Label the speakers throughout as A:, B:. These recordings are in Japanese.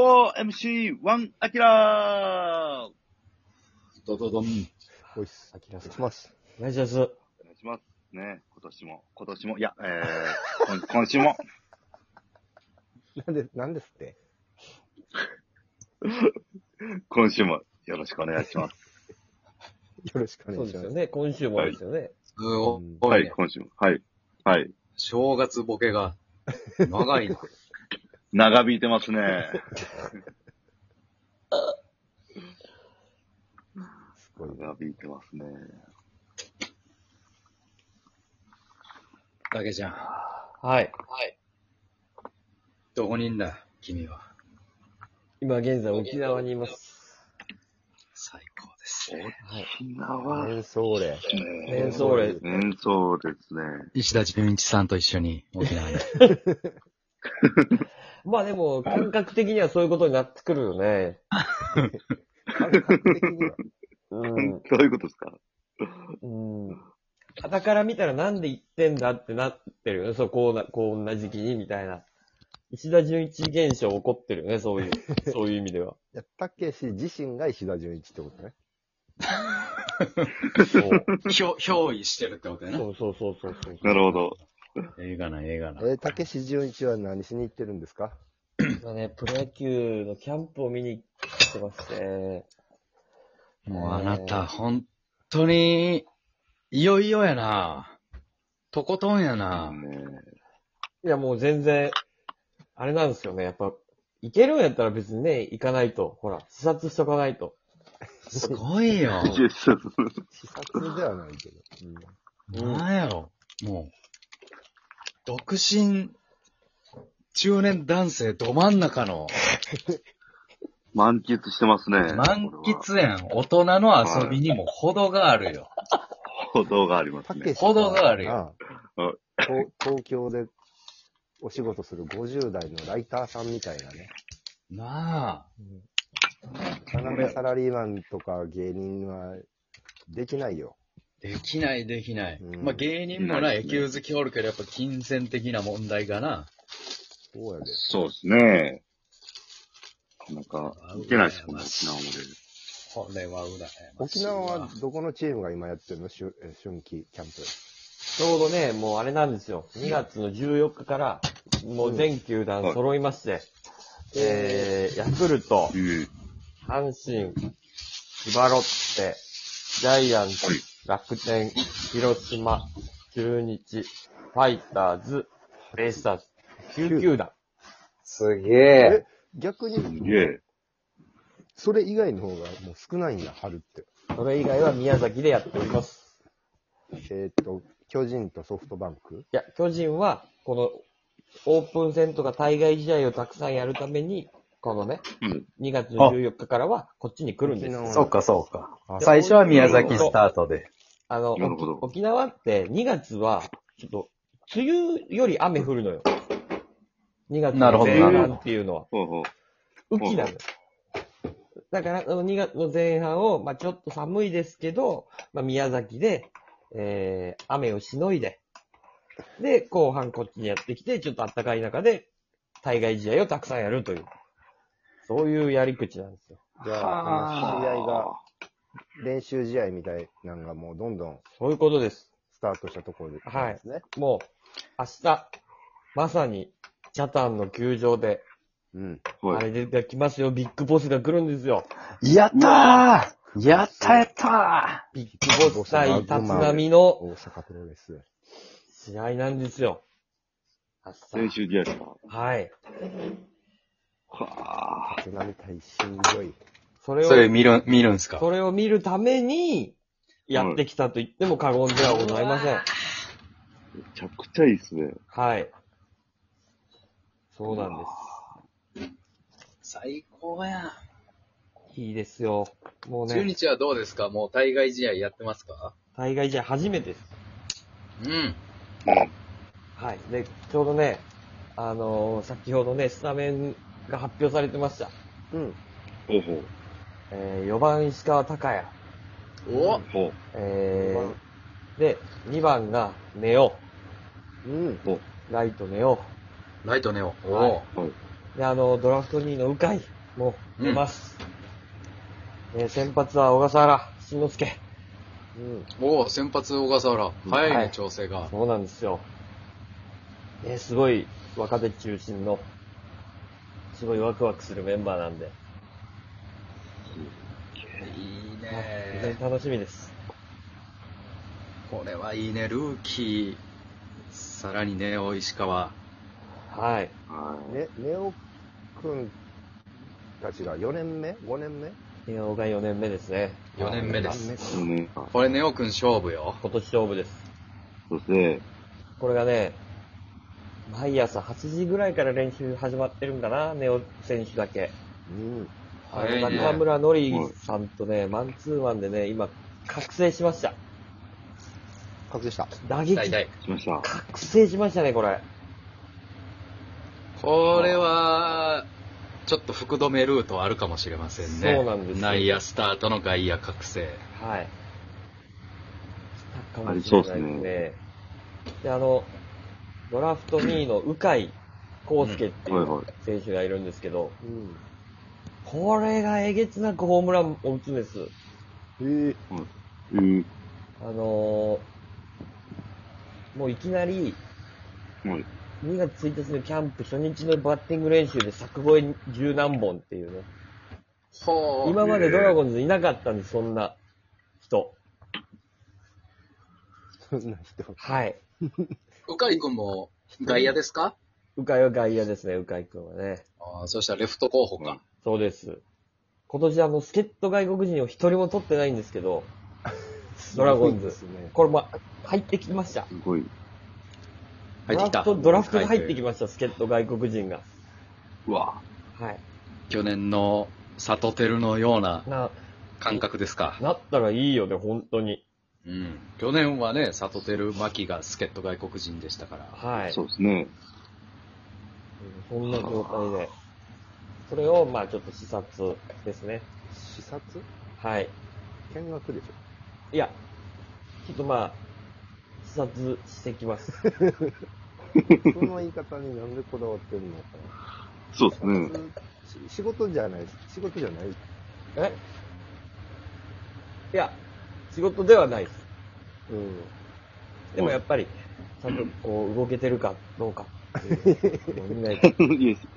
A: 4MC1 アキラーお
B: ドドドン。
C: おいっす。
D: アキラさ
C: 行
D: ん。
C: きます。
D: お願いします。
A: 願いします。ね、今年も、今年も、いや、えー、今 今週も、
C: なんで、なんですって
A: 今週もよろしくお願いします。
C: よろしくお
D: そ
C: 願
D: う
C: い
D: で
C: し
D: す
C: ます。
D: よね。今週もですよね。
B: すご
A: はいい、
B: ね。
A: 今週も。はい。はい。
B: 正月ボケが長いな。
A: 長引いてます ね。
C: すごいね
A: 長引いてますね。
B: だけじゃん。
D: はい。
B: どこにいんだ、君は。
D: 今現在沖縄にいます。
B: 最高です、ね。
D: はい。
A: 沖縄
C: 演奏例。
A: ね。
D: 演奏例。
A: 演奏ですね。
B: 石田純一さんと一緒に沖 縄に。
D: まあでも、感覚的にはそういうことになってくるよね。
C: 感覚的には。
D: うん。
A: どういうことですか
D: うん。傍から見たらなんで言ってんだってなってるよね。そう、こうな、こんな時期に、みたいな。石田純一現象起こってるよね、そういう、そう いう意味では。
C: いやたけし自身が石田純一ってことね。
D: そう。
B: ひょ、憑依してるってことやな
D: そ。うそうそうそうそう。
A: なるほど。
B: 映画な、映画な。
C: えー、たけし純一は何しに行ってるんですか
D: 今ね、プロ野球のキャンプを見に来てまして。
B: もうあなた、本当に、いよいよやな。とことんやな。
A: ね
D: いや、もう全然、あれなんですよね。やっぱ、行けるんやったら別にね、行かないと。ほら、視察しとかないと。
B: すごいよ。
C: 視察ではないけど。うん
B: なんやろ。もう、独身、中年男性ど真ん中の、
A: 満喫してますね。
B: 満喫やん。大人の遊びにも程があるよ。
A: 歩道がありま
C: た
A: す
C: け
A: ね
C: し。
B: ほどがある
C: よ
B: よ。
A: うん
C: 東東京でお仕事する50代のライターさんみたいなね。
B: なあ。
C: 田辺サラリーマンとか芸人はできないよ。
B: できない、できない。
C: うん
B: まあ、芸人もな、
A: で
B: 野
A: きない
B: 球好きおるけど、やっぱ金銭的な問題がな。
C: そうやで。
A: そうですね。なかなか、いけないですもんね、沖縄まで。
B: これは羨ましいわ。
C: 沖縄はどこのチームが今やってるの春えー春季キャンプ。
D: ちょうどね、もうあれなんですよ。2月の14日から、もう全球団揃いまして、えー、ヤクルト、
A: うん。
D: 阪神、千葉ロッテ、ジャイアンツ
A: はい、
D: 楽天、広島、中日、ファイターズ、ベイスターズ、9球団。
B: すげ
C: え逆に
A: す、げえ。
C: それ以外の方がもう少ないんだ、春って。
D: それ以外は宮崎でやっております。
C: えーっと、巨人とソフトバンク
D: いや、巨人は、この、オープン戦とか対外試合をたくさんやるために、このね、
A: うん
D: 2月の14日からは、こっちに来るんです
C: 沖
D: よ。
C: 縄
E: そうか、そうか
C: あ。
E: 最初は宮崎スタートで。
D: あの、
A: なるほど
D: 沖沖縄って2月は、ちょっと、梅雨より雨降るのよ。2月
E: なる
D: の
E: ほど
D: 前
E: なるほ
D: 半
E: ど
D: っていうのは、
A: ほうほう。
D: 雨季なのよ。だから、あの2月の前半を、まあちょっと寒いですけど、まあ宮崎で、えー、雨をしのいで、で、後半こっちにやってきて、ちょっと暖かい中で、対外試合をたくさんやるという、そういうやり口なんですよ。
C: じゃあ、あの試合が
A: あ、
C: 練習試合みたいなのがもうどんどん
D: そういうことです。
C: スタートしたところで、
D: はい
C: ですね。
D: もう、明日、まさに、チャタンの球場で、
C: うん。
A: ー。
D: あ
A: はい。
D: れ出てきますよ、ビッグボスが来るんですよ。
E: やったーやったやった
D: ビッグボス対立浪の
C: 大阪プロレス。
D: 試合なんですよ。明
A: 練
D: 日。
A: 習試合ですか。
D: はい。
A: はあ。
C: 津波対新庄井。
D: それを、
E: そ
D: そ
E: れ
D: れ
E: 見る、見るんすか
D: を見るために、やってきたと言っても過言ではございません。
A: めちゃくちゃいいっすね。
D: はい。そうなんで
B: 最高や。
D: す。いいですよ。もう
B: 中
D: ね、
B: 日はどうですかもう対外試合やってますか
D: 対外試合初めてです。
B: うん。
D: はい。で、ちょうどね、あのー先ほどね、スタメンが発表されてました。
C: うん。
A: ほうほう。
D: え4番石川隆也。
B: お
A: ほう。
D: えー、で、2番がネオ。
C: うん。
A: ほう。
D: ライトネオ。
B: ライトネオ。
D: はい
B: お
D: で、あの、ドラフト2位の鵜飼も出ます。えー先発は小笠原慎之介。
C: うん。
B: おお、先発小笠原。早いね、
D: はい
B: 調整が。
D: そうなんですよ。えーすごい若手中心の、すごいワクワクするメンバーなんで、
B: いい
D: 非常に。楽しみです。
B: これはいいね、ルーキー。さらにね、大石川。
D: はい。
A: はい。
C: ね、ネオくんたちが4年目 ?5 年目
D: 慶応が4年目ですね。
B: 4年目です。
A: 4年間。
B: これ、ネオくん勝負よ。
D: 今年勝負です。
A: そして、
D: これがね、毎朝8時ぐらいから練習始まってるんだな、ネオ選手だけ。
C: うん。
D: あ
B: 早い
D: の
B: ね
D: 中村のりさんとね、マンツーマンでね、今、覚醒しました。
C: 確定した。
D: 打撃、
B: 痛い痛い
A: しました。
D: 覚醒しましたね、これ。
B: これは、ちょっと福留ルートあるかもしれませんね。
D: そうなんですよ
B: 内野スタートの外野覚醒。
D: はい。来たか
A: あ
D: も
A: り
D: し
A: そうっ
D: れな
A: す
D: い
A: ね
D: ですね。で、あの、ドラフト2位の鵜飼康介ってい
A: はいは
D: う
A: い
D: 選手がいるんですけど、
C: うん。
D: これがえげつなくホームランを打つんです。
C: ええ
A: うん。
D: あのーもういきなり、
A: はい。
D: 2月1日のキャンプ初日のバッティング練習で柵越え十何本っていうね。
B: ほ
D: 今までドラゴンズいなかったんです、そんな人。
C: そんな人。
D: はい。
B: うかいくんも外野ですか
D: うかいは外野ですね、うかいくんはね。
B: ああ、そしたらレフト候補か。
D: そうです。今年あの、助っ人外国人を一人も取ってないんですけど、 ドラゴンズ
C: すごいですね。
D: これも入ってきました。
A: すごい。
B: 入ってきた。
D: ドラフト、ドラフトに入ってきました、助っ人外国人が。
B: うわ
D: はい。
B: 去年の里照のような
D: な、
B: 感覚ですか。
D: なったらいいよね、本当に。
B: うん。去年はね、里照牧が助っ人外国人でしたから。
D: はい。
A: そうですね。
D: そんな状態で。それを、まあちょっと視察ですね。
C: 視察
D: はい。
C: 見学でし
D: いや、ちょっとまあ視察してきます。
C: ょ。その言い方になんでこだわってんのか
A: そうです
C: な
A: ね。。
C: し仕事じゃない、仕事じゃない。
D: えいや、仕事ではないです。
C: うん。
D: でもやっぱり、ちゃんとこう、動けてるか どうかっていうのを見ないと。
A: いいです。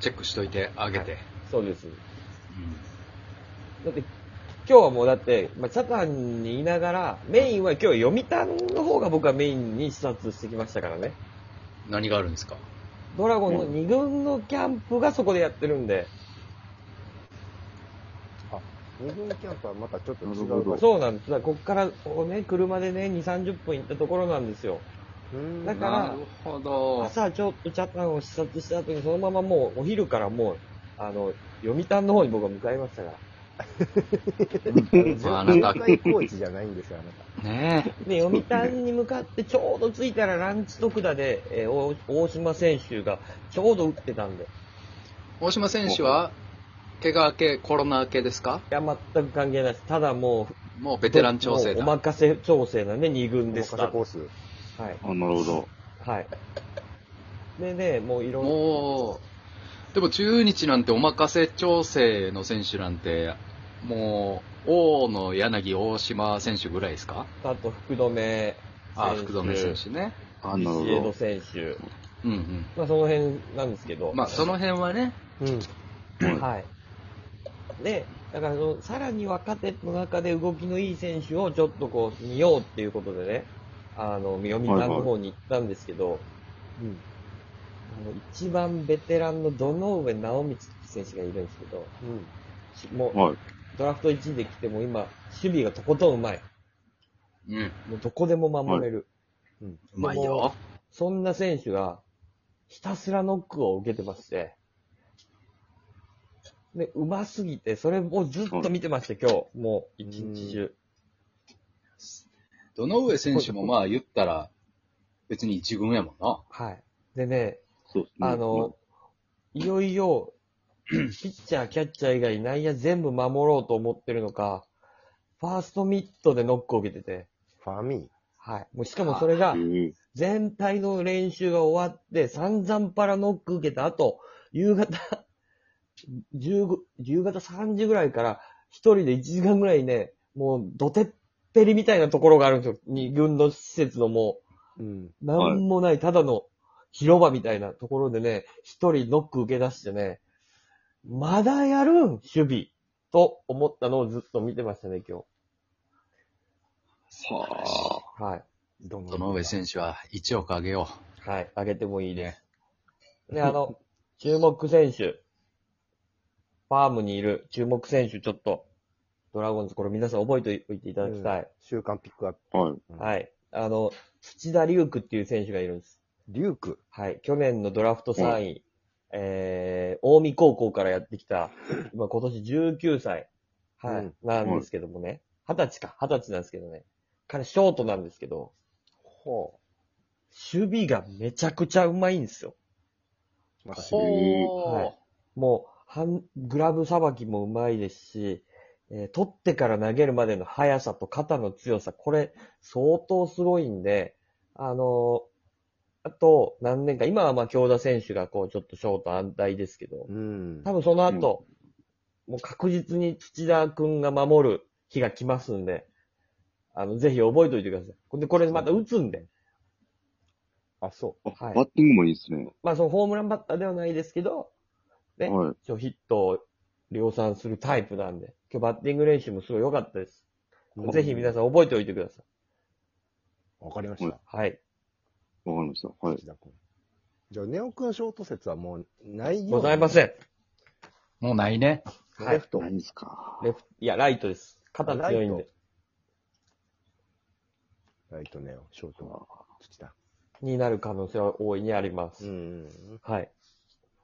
B: チェックしといてあげて。
D: そうです。
B: うん
D: だって、今日はもうだって、まあ、チャタンにいながら、メインは今日読谷の方が僕はメインに視察してきましたからね。
B: 何があるんですか
D: ドラゴンの2軍のキャンプがそこでやってるんで、
C: 日本キャンプはまたちょっと違
A: なるほ
C: う場
A: ど
C: 所。
D: そうなんです。だからこっからこうね、車でね、2、30分行ったところなんですよ。
C: うん
D: だから
B: なるほど。
D: 朝ちょっとチャタンを視察した後に、そのままもうお昼からもう、あの、読谷の方に僕は向かいましたから。
B: まああ
C: 全
B: なた
C: 体コーチじゃないんですよ、あなた。
B: ね
D: で、読谷に向かってちょうど着いたらランチ特打で、えーお大島選手がちょうど打ってたんで、い
B: え。大島選手は、怪我明け、コロナ明けですか
D: や、全く関係ないです。ただもう、
B: もうベテラン調整
D: もうお
B: だ。
D: 任せ調整なんで、2軍で
C: で
D: し
C: す
D: た。
C: コース。
D: はい。
A: あ、なるほど。
D: はい。でね、もういろんな、
B: もう、でも中日なんてお任せ調整の選手なんて、もう、大野、柳、大島選手ぐらいですか
D: あと福留
B: ああ、福留選
D: 手、
B: 手ね。
A: あ、なるほ
D: ビシエド
A: ど。
D: 選手、
B: うん
D: まあその辺なんですけど、
B: うん。まあ、その辺はね、
C: うん。
D: はい。で、だからその、さらに若手の中で動きのいい選手をちょっとこう、見ようっていうことでね、あの、読谷の方に行ったんですけど、
C: うん。
D: あの一番ベテランの堂上直道選手がいるんですけど、
C: うん。
D: しもう、
A: はい。
D: ドラフト1位で来ても今、守備がとことんうまい。
B: うん。
D: もうどこでも守れる。
B: うまいよ。
D: そんな選手が、ひたすらノックを受けてまして、で、うますぎて、それをずっと見てまして、今日、もう、一日中。
B: どの上選手もまあ言ったら、別に一軍やもんな。
D: はい。でね、
A: そうですね。
D: あの、いよいよ、ピッチャー、キャッチャー以外内野全部守ろうと思ってるのか、ファーストミットでノックを受けてて、
C: ファミ
D: はい。もうしかもそれが
A: う、ん、
D: 全体の練習が終わって、散々パラノック受けた後、夕方、15夕方3時ぐらいから、一人で1時間ぐらいね、もう、どてっぺりみたいなところがあるんですよ。二軍の施設のも
C: うん。
D: う、なんもない、ただの広場みたいなところでね、一人ノック受け出してね、まだやるん、守備。と思ったのをずっと見てましたね、今
A: は
D: 日。はい。
C: どん
B: その上選手は1億あげよ
D: はい、あげてもいいです。で、あの、注目選手。ファームにいる注目選手、ちょっと、ドラゴンズ、これ皆さん覚えておいていただきたい。
C: 週刊ピックアップ。
A: あ。はい。
C: うん
D: はい。あの、土田龍空っていう選手がいるんです。
C: リューク。
D: はい。去年のドラフト3位、えー、近江高校からやってきた、今今年19歳、はい、
C: うん
D: なんですけどもね。20歳か、20歳なんですけどね。彼、ショートなんですけど、
C: ほ
D: 守備がめちゃくちゃうまいんですよ。
C: う。まあ
B: う。
A: ほ
D: ーはいもう、ハン、グラブさばきもうまいですし、えー取ってから投げるまでの速さと肩の強さ、これ、相当すごいんで、あのーあと、何年か、今はまあ、京田選手がこう、ちょっとショート安泰ですけど
C: う、ん。
D: 多分その後、もう確実に土田くんが守る日が来ますんで、あの、ぜひ覚えておいてください。で、これまた打つんで、
C: あ、そ
A: あ
D: はい
A: バッティングもいいですね。
D: まあ、そのホームランバッターではないですけど、え
A: はい。
D: 一応ヒットを量産するタイプなんで、今日バッティング練習もすごい良かったです。
C: う。
D: ぜひ皆さん覚えておいてください。
C: わかりました。
D: はい。
A: わかりました。はい。
C: 内田君じゃあ、ネオ君ショート説はもうないよ。
D: ございませ
C: ん。
D: ん。
B: もうないね。
D: はい
C: レフト。
A: ないですか。
D: レフいや、ライトです。肩強いんで。
C: ライトネオ、ショートは土田。
D: になる可能性は大いにあります。
C: うん。
D: はい。